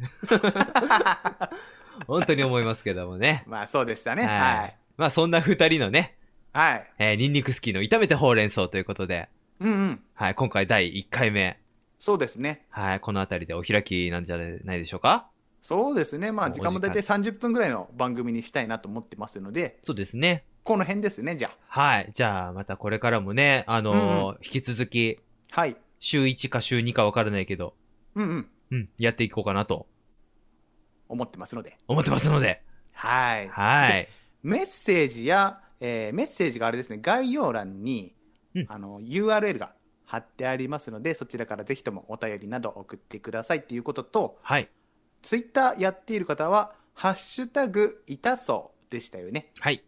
Speaker 2: 本当に思いますけどもね。
Speaker 1: まあそうでしたね
Speaker 2: は
Speaker 1: はい
Speaker 2: い。まあそんな二人のね、
Speaker 1: はい、はい。
Speaker 2: えー、ニンニクスキーの炒めてほうれん草ということで、
Speaker 1: うんうん。
Speaker 2: はい、今回第1回目、
Speaker 1: そうですね。
Speaker 2: はい、このあたりでお開きなんじゃないでしょうか
Speaker 1: そうですね。まあ、
Speaker 2: お
Speaker 1: 時間も大体30分ぐらいの番組にしたいなと思ってますので、
Speaker 2: そうですね。
Speaker 1: この辺ですね、じゃ
Speaker 2: はい、じゃあまたこれからもね、あのー引き続き、
Speaker 1: あ。はい。
Speaker 2: 週1か週2かわからないけど、
Speaker 1: うんうん。
Speaker 2: うん、やっていこうかなと
Speaker 1: 思ってますので。
Speaker 2: 思ってますので、
Speaker 1: はい。
Speaker 2: はい。
Speaker 1: メッセージや、えーメッセージがあれですね、概要欄に、
Speaker 2: うん
Speaker 1: あの URL が貼ってありますので、そちらからぜひともお便りなど送ってくださいっていうことと、
Speaker 2: はい、
Speaker 1: ツイッターやっている方は、ハッシュタグ、痛そうでしたよね。
Speaker 2: はい、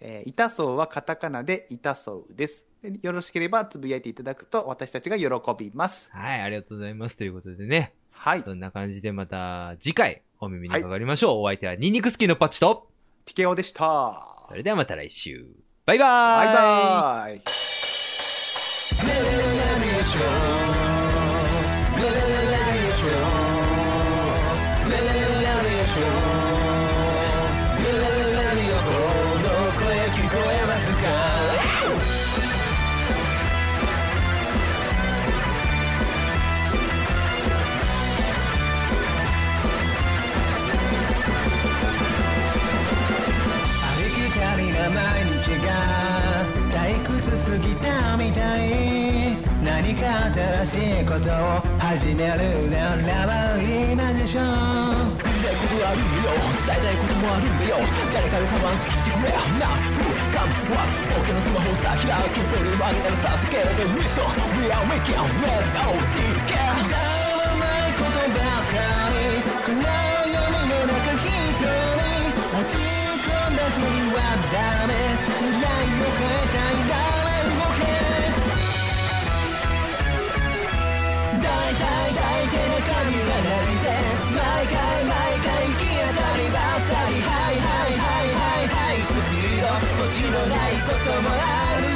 Speaker 1: えー、痛そうはカタカナで痛そうです。でよろしければつぶやいていただくと私たちが喜びます。
Speaker 2: はい、ありがとうございます。ということでね、
Speaker 1: はい。
Speaker 2: そんな感じでまた次回お耳にかかりましょう。お相手はニンニクスキーのパッチと、
Speaker 1: TKO でした。
Speaker 2: それではまた来週。バイバー
Speaker 1: バ
Speaker 2: イ
Speaker 1: イバイ。
Speaker 3: ありきたりな毎日が退屈すぎたみたい何か新しいことを始めるならば今でしょ
Speaker 4: たいことあるんだよ伝えたいこともあるんだよ誰かのカバン聞いてくれなあ Come once 僕のスマホさ開けてるわけたらさ叫べるそう We are making a red
Speaker 3: く
Speaker 4: OTK
Speaker 3: だらないことばかりこの世の中一人落ち込んだふりはダメ未来を変えたいなら動け大体大抵の神が泣いて毎回毎回行き当たりばったりはいはいはいはいはいスピードもちろんないこともある